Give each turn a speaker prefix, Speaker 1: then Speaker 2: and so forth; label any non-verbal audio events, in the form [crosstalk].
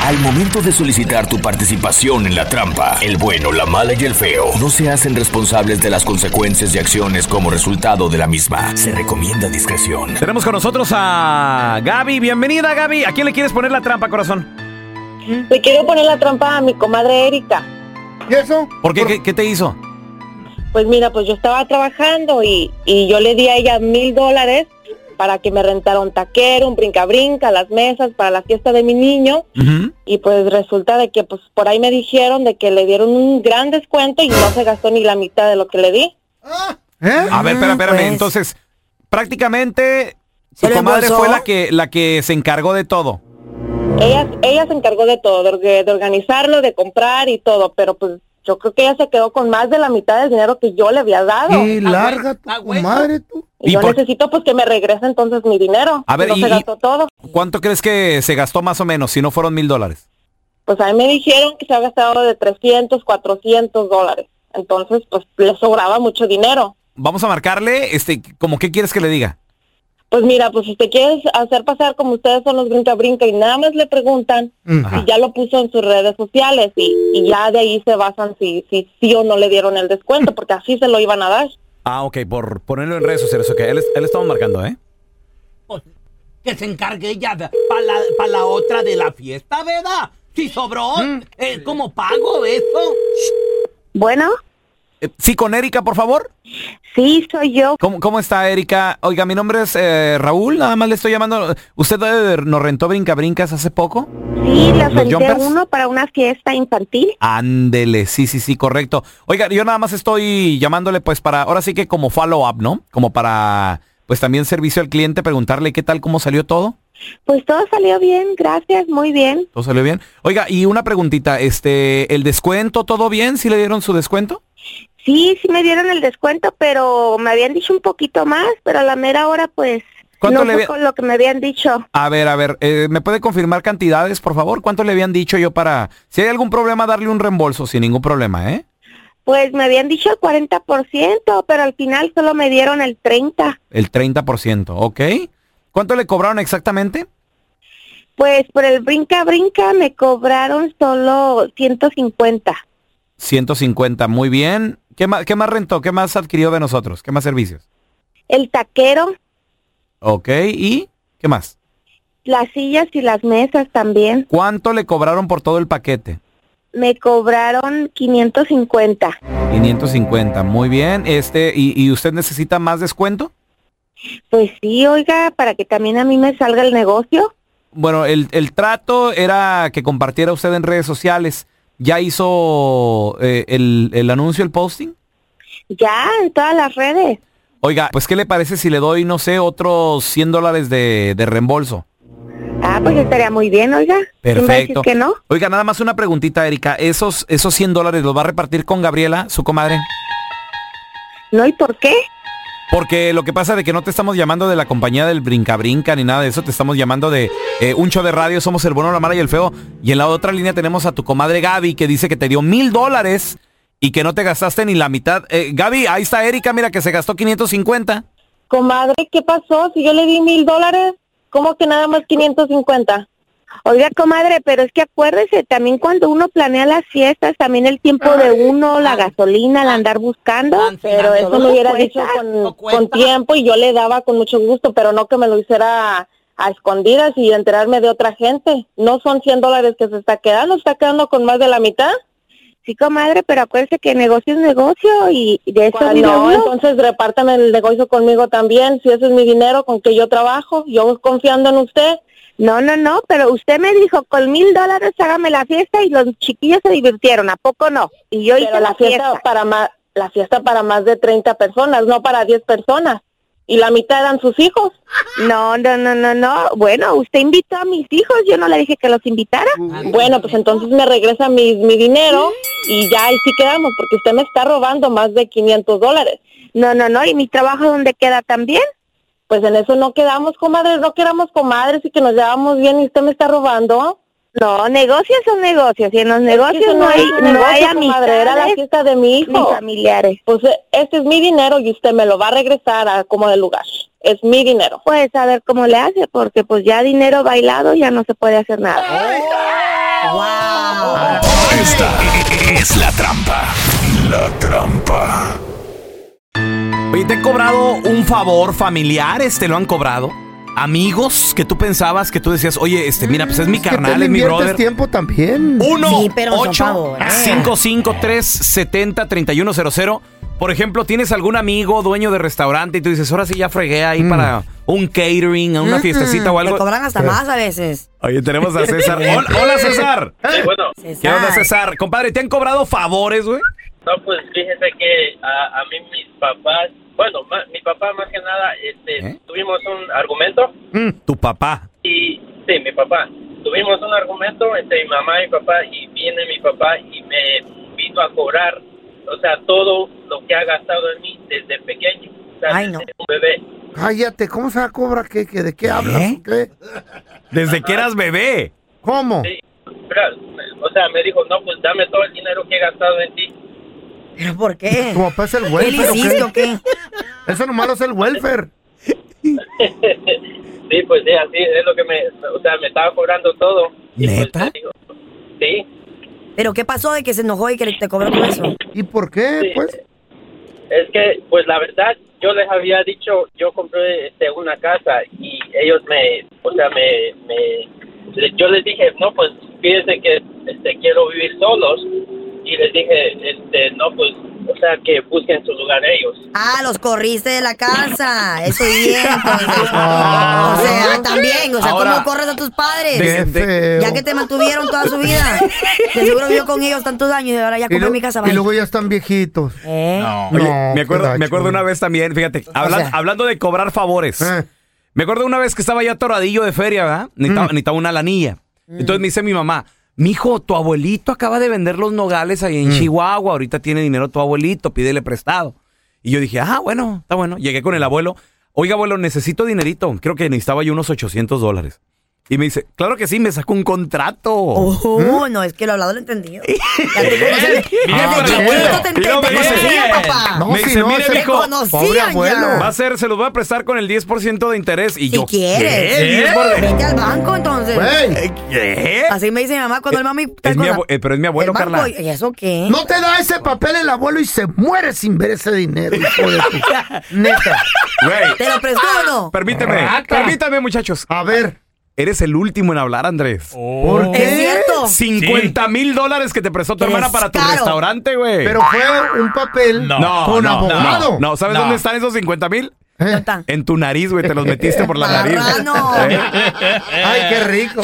Speaker 1: Al momento de solicitar tu participación en la trampa, el bueno, la mala y el feo no se hacen responsables de las consecuencias y acciones como resultado de la misma. Se recomienda discreción.
Speaker 2: Tenemos con nosotros a Gaby. Bienvenida, Gaby. ¿A quién le quieres poner la trampa, corazón?
Speaker 3: Le quiero poner la trampa a mi comadre Erika.
Speaker 4: ¿Y eso?
Speaker 2: ¿Por qué? ¿Qué, qué te hizo?
Speaker 3: Pues mira, pues yo estaba trabajando y, y yo le di a ella mil dólares para que me rentara un taquero, un brinca-brinca, las mesas para la fiesta de mi niño. Y pues resulta de que pues por ahí me dijeron de que le dieron un gran descuento y no se gastó ni la mitad de lo que le di.
Speaker 4: ¿Eh?
Speaker 2: A ver, espera, espérame.
Speaker 5: pues.
Speaker 2: Entonces, prácticamente,
Speaker 5: Se
Speaker 2: su
Speaker 5: lo
Speaker 2: comadre
Speaker 5: embolsó.
Speaker 2: fue la que, la que se encargó de todo.
Speaker 3: Ella, ella se encargó de todo, de, orga- de organizarlo, de comprar y todo, pero pues yo creo que ella se quedó con más de la mitad del dinero que yo le había dado.
Speaker 4: Y larga tu madre tú.
Speaker 3: Y
Speaker 2: Mm, ¿Y
Speaker 3: yo
Speaker 2: por-
Speaker 3: necesito pues que me regrese entonces mi dinero.
Speaker 2: A ver,
Speaker 3: no
Speaker 2: y-
Speaker 3: se
Speaker 2: y-
Speaker 3: gastó todo.
Speaker 2: ¿Cuánto crees que se gastó más o menos si no fueron mil dólares?
Speaker 3: Pues a mí me dijeron que se había gastado de 300, 400 dólares. Entonces pues le sobraba mucho dinero.
Speaker 2: Vamos a marcarle, este, como qué quieres que le diga.
Speaker 3: Pues mira, pues si te quieres hacer pasar como ustedes son los brinca brinca y nada más le preguntan
Speaker 2: Ajá.
Speaker 3: y ya lo puso en sus redes sociales y, y ya de ahí se basan si, si sí o no le dieron el descuento porque así se lo iban a dar.
Speaker 2: Ah, ok, por ponerlo en redes sociales. Ok, él, es- él estamos marcando, ¿eh?
Speaker 6: Pues, que se encargue ella para la, pa' la otra de la fiesta, ¿verdad? Si sobró,
Speaker 4: Mm.
Speaker 6: eh, ¿cómo pago eso?
Speaker 7: Bueno,
Speaker 2: Eh, Sí, con Erika, por favor.
Speaker 7: sí, soy yo.
Speaker 2: ¿Cómo, cómo está, Erika? Oiga, mi nombre es eh, Raúl, nada más le estoy llamando. ¿Usted eh, nos rentó Brinca Brincas hace poco?
Speaker 7: Sí, le
Speaker 2: ¿Los
Speaker 7: ofrecí
Speaker 2: jumpers?
Speaker 7: uno para una fiesta infantil.
Speaker 2: Ándele, sí, sí, sí, correcto. Oiga, yo nada más estoy llamándole pues para, ahora sí que como follow-up, ¿no? Como para, pues también servicio al cliente, preguntarle qué tal, cómo salió todo.
Speaker 7: Pues todo salió bien, gracias, muy bien.
Speaker 2: ¿Todo salió bien? Oiga, y una preguntita, este, ¿el descuento todo bien? ¿Sí le dieron su descuento?
Speaker 7: Sí, sí me dieron el descuento, pero me habían dicho un poquito más, pero a la mera hora pues
Speaker 2: ¿Cuánto
Speaker 7: no
Speaker 2: le
Speaker 7: fue
Speaker 2: había-
Speaker 7: con lo que me habían dicho.
Speaker 2: A ver, a ver, eh, ¿me puede confirmar cantidades, por favor? ¿Cuánto le habían dicho yo para, si hay algún problema, darle un reembolso sin ningún problema, eh?
Speaker 7: Pues me habían dicho el 40%, pero al final solo me dieron el 30%.
Speaker 2: El 30%, ¿ok? ¿Cuánto le cobraron exactamente?
Speaker 7: Pues por el brinca brinca me cobraron solo 150.
Speaker 2: 150, muy bien. ¿Qué más, ¿Qué más rentó? ¿Qué más adquirió de nosotros? ¿Qué más servicios?
Speaker 7: El taquero,
Speaker 2: Ok, ¿y qué más?
Speaker 7: las sillas y las mesas también.
Speaker 2: ¿Cuánto le cobraron por todo el paquete?
Speaker 7: Me cobraron 550.
Speaker 2: 550, muy bien. Este, ¿y, y usted necesita más descuento?
Speaker 7: Pues sí, oiga, para que también a mí me salga el negocio.
Speaker 2: Bueno, el, el trato era que compartiera usted en redes sociales. ¿Ya hizo eh, el, el anuncio, el posting?
Speaker 7: Ya, en todas las redes.
Speaker 2: Oiga, pues ¿qué le parece si le doy, no sé, otros 100 dólares de, de reembolso?
Speaker 7: Ah, pues estaría muy bien, oiga. ¿Quién va a decir
Speaker 2: Perfecto.
Speaker 7: que no?
Speaker 2: Oiga, nada más una preguntita, Erika. ¿Esos, esos 100 dólares los va a repartir con Gabriela, su comadre?
Speaker 7: ¿No? ¿Y por qué?
Speaker 2: Porque lo que pasa de que no te estamos llamando de la compañía del Brinca Brinca ni nada de eso, te estamos llamando de eh, un show de radio, somos el bueno, la mala y el feo. Y en la otra línea tenemos a tu comadre Gaby que dice que te dio mil dólares y que no te gastaste ni la mitad. Eh, Gaby, ahí está Erika, mira que se gastó 550.
Speaker 3: Comadre, ¿qué pasó? Si yo le di mil dólares, ¿cómo que nada más 550?
Speaker 7: Oiga, comadre, pero es que acuérdese, también cuando uno planea las fiestas, también el tiempo de uno, la gasolina, el andar buscando.
Speaker 6: Ah,
Speaker 3: Pero
Speaker 6: Ah,
Speaker 3: eso
Speaker 6: todo
Speaker 3: lo hubiera
Speaker 7: cuesta,
Speaker 3: dicho con,
Speaker 6: todo cuesta.
Speaker 3: con tiempo y yo le daba con mucho gusto, pero no que me lo hiciera a escondidas y enterarme de otra gente. No son 100 dólares que se está quedando, está quedando con más de la mitad.
Speaker 7: Sí, comadre, pero acuérdese que negocio es negocio y y de eso
Speaker 3: Cuando-
Speaker 7: vive
Speaker 3: no,
Speaker 7: uno.
Speaker 3: entonces repártame el negocio conmigo también, si ese es mi dinero con que yo trabajo, yo confiando en usted.
Speaker 7: No, no, no, pero usted me dijo, con mil dólares hágame la fiesta y los chiquillos se divirtieron, ¿a poco no? Y yo hice
Speaker 3: pero la fiesta, para más la fiesta para más de 30 personas, no para 10 personas. Y la mitad eran sus hijos.
Speaker 7: No, no, no, no, no. Bueno, usted invitó a mis hijos, yo no le dije que los invitara.
Speaker 3: Bueno, pues entonces me regresa mi, mi dinero y ya ahí sí quedamos, porque usted me está robando más de 500 dólares.
Speaker 7: No, no, no, y mi trabajo dónde queda también.
Speaker 3: Pues en eso no quedamos, comadres, no quedamos comadres y que nos llevamos bien y usted me está robando.
Speaker 7: No, negocios son negocios, y en los negocios
Speaker 3: Eso
Speaker 7: no hay,
Speaker 3: es
Speaker 7: no hay
Speaker 3: negocio, comadre, era la
Speaker 7: amistades
Speaker 3: fiesta de mi
Speaker 7: ni
Speaker 3: hijo.
Speaker 7: familiares.
Speaker 3: Pues eh, este es mi dinero y usted me lo va a regresar a como de lugar. Es mi dinero. Oh,
Speaker 7: Pues a ver cómo le hace, porque pues ya dinero bailado ya no se puede hacer nada.
Speaker 1: Esta es la trampa. La trampa.
Speaker 2: Oye, ¿te he cobrado un favor? ¿Familiares te lo han cobrado? ¿Amigos que tú pensabas, que tú decías, oye, este, mira, pues es mi
Speaker 4: Es que tú
Speaker 2: carnal,
Speaker 4: le
Speaker 2: es mi
Speaker 4: inviertes
Speaker 2: brother? Ah.
Speaker 4: tiempo también.
Speaker 2: 1
Speaker 5: Sí, pero son
Speaker 2: 8
Speaker 5: favores.
Speaker 2: 553 70 3100 Por ejemplo, tienes algún amigo dueño de restaurante y tú dices, ahora sí ya fregué ahí
Speaker 4: Mm.
Speaker 2: para un catering, a una fiestecita o
Speaker 5: Te
Speaker 2: algo.
Speaker 5: cobran hasta más a veces.
Speaker 2: Oye, tenemos a
Speaker 5: [laughs]
Speaker 2: César. Hola, hola, César.
Speaker 8: bueno,
Speaker 2: ¿Qué onda, César? Compadre, ¿te han cobrado favores, güey?
Speaker 8: no, pues fíjese que a, a mí mis papás, bueno, ma- mi papá más que nada, este,
Speaker 2: ¿Eh?
Speaker 8: tuvimos un argumento
Speaker 4: Mm.
Speaker 2: Tu papá.
Speaker 8: y, sí, mi papá, tuvimos un argumento entre mi mamá y mi papá y viene mi papá y me vino a cobrar, o sea, todo lo que ha gastado en mí desde pequeño, o sea,
Speaker 5: Ay, no.
Speaker 8: desde un bebé.
Speaker 4: Cállate, ¿cómo se va a cobra? ¿Qué, qué, ¿De qué hablas? ¿Qué?
Speaker 2: Desde que eras bebé.
Speaker 4: ¿Cómo?
Speaker 8: Sí, claro, o sea, me dijo, no, pues dame todo el dinero que he gastado en ti.
Speaker 5: ¿Pero por qué?
Speaker 4: ¿Cómo pasa el
Speaker 5: ¿Qué le
Speaker 4: welfare? o
Speaker 5: hiciste
Speaker 4: qué?
Speaker 5: o qué?
Speaker 4: Eso nomás lo hace el welfare.
Speaker 8: Sí, pues sí, así es lo que me, o sea, me estaba cobrando todo. Y, pues,
Speaker 2: ¿Neta?
Speaker 8: digo, sí.
Speaker 5: ¿Pero qué pasó de que se enojó y que le- te cobró por eso?
Speaker 4: ¿Y por qué?
Speaker 8: Sí.
Speaker 4: Pues
Speaker 8: Es que, pues la verdad, yo les había dicho, yo compré este, una casa y ellos me, o sea, me, me, le- yo les dije, no, pues fíjense que este, quiero vivir solos y les dije, este, no, pues, o sea, que busquen su lugar ellos.
Speaker 5: Ah, los corriste de la casa. Eso bien, entonces. O sea, también. O sea,
Speaker 2: Ahora-
Speaker 5: ¿cómo corres a tus padres?
Speaker 4: qué
Speaker 2: de-
Speaker 4: feo.
Speaker 5: Ya que te mantuvieron toda su vida. De seguro vivió con ellos tantos años y ahora ya
Speaker 4: y,
Speaker 5: compré
Speaker 4: lu-
Speaker 5: mi casa.
Speaker 4: y
Speaker 5: bye.
Speaker 4: luego ya están viejitos.
Speaker 5: ¿Eh?
Speaker 2: Oye,
Speaker 4: No,
Speaker 2: me
Speaker 4: qué
Speaker 2: acuerdo,
Speaker 4: gacho,
Speaker 2: me acuerdo
Speaker 4: güey.
Speaker 2: una vez también, fíjate, hablan-
Speaker 5: sea-
Speaker 2: hablando de cobrar favores.
Speaker 4: Eh.
Speaker 2: Me acuerdo una vez que estaba ya toradillo de feria, ¿verdad?
Speaker 4: Mm.
Speaker 2: Necesitaba, necesitaba una lanilla. Entonces me dice mi mamá, mijo, tu abuelito acaba de vender los nogales ahí
Speaker 4: Mm.
Speaker 2: en Chihuahua, ahorita tiene dinero tu abuelito, pídele prestado. Y yo dije, ah, bueno, está bueno. Llegué con el abuelo, oiga, abuelo, necesito dinerito. Creo que necesitaba yo unos 800 dólares. Y me dice, claro que sí, me sacó un contrato. [laughs]
Speaker 5: Oh, no, es que lo hablado lo he entendido. Ya te conocen.
Speaker 2: Mira,
Speaker 5: Desde
Speaker 2: abuelo.
Speaker 5: chiquito te, te,
Speaker 2: Mira,
Speaker 5: te
Speaker 2: abuelo.
Speaker 5: conocían, papá.
Speaker 4: No,
Speaker 2: Me
Speaker 4: si
Speaker 2: dice,
Speaker 4: no,
Speaker 2: mire,
Speaker 4: se-
Speaker 5: Te
Speaker 2: mijo,
Speaker 4: pobre
Speaker 5: conocían
Speaker 4: abuelo.
Speaker 2: Va
Speaker 5: ya.
Speaker 2: a ser, se los voy a prestar con el 10% de interés. Y
Speaker 5: Si
Speaker 2: yo,
Speaker 5: quieres.
Speaker 2: ¿qué? ¿10%?
Speaker 5: Vete al banco entonces.
Speaker 4: Güey,
Speaker 2: Eh, ¿Qué?
Speaker 5: Así me dice mi mamá cuando el mami está
Speaker 2: Es mi
Speaker 5: con la-
Speaker 2: abue- eh, pero es mi abuelo,
Speaker 5: el banco,
Speaker 2: Carla.
Speaker 5: ¿Y eso qué?
Speaker 4: no te da ese papel el abuelo y se muere sin ver ese dinero, hijo de tu- Neta.
Speaker 2: Güey,
Speaker 5: ¿Te lo prestó o no?
Speaker 2: permíteme, permítame, muchachos.
Speaker 4: A ver,
Speaker 2: Eres el último en hablar, Andrés.
Speaker 4: ¿por qué?
Speaker 5: Oh. ¿Es cierto?
Speaker 2: 50 mil dólares que te prestó tu
Speaker 5: Eres
Speaker 2: hermana para tu
Speaker 5: caro.
Speaker 2: restaurante, güey.
Speaker 4: Pero fue un papel con abogado.
Speaker 2: No, no. ¿sabes
Speaker 6: No.
Speaker 2: dónde están esos 50 mil?
Speaker 4: Eh,
Speaker 5: No está.
Speaker 2: En tu nariz, güey, te los metiste [laughs] por la nariz.
Speaker 5: Marrano.
Speaker 2: ¿Eh?
Speaker 4: Ay, qué rico.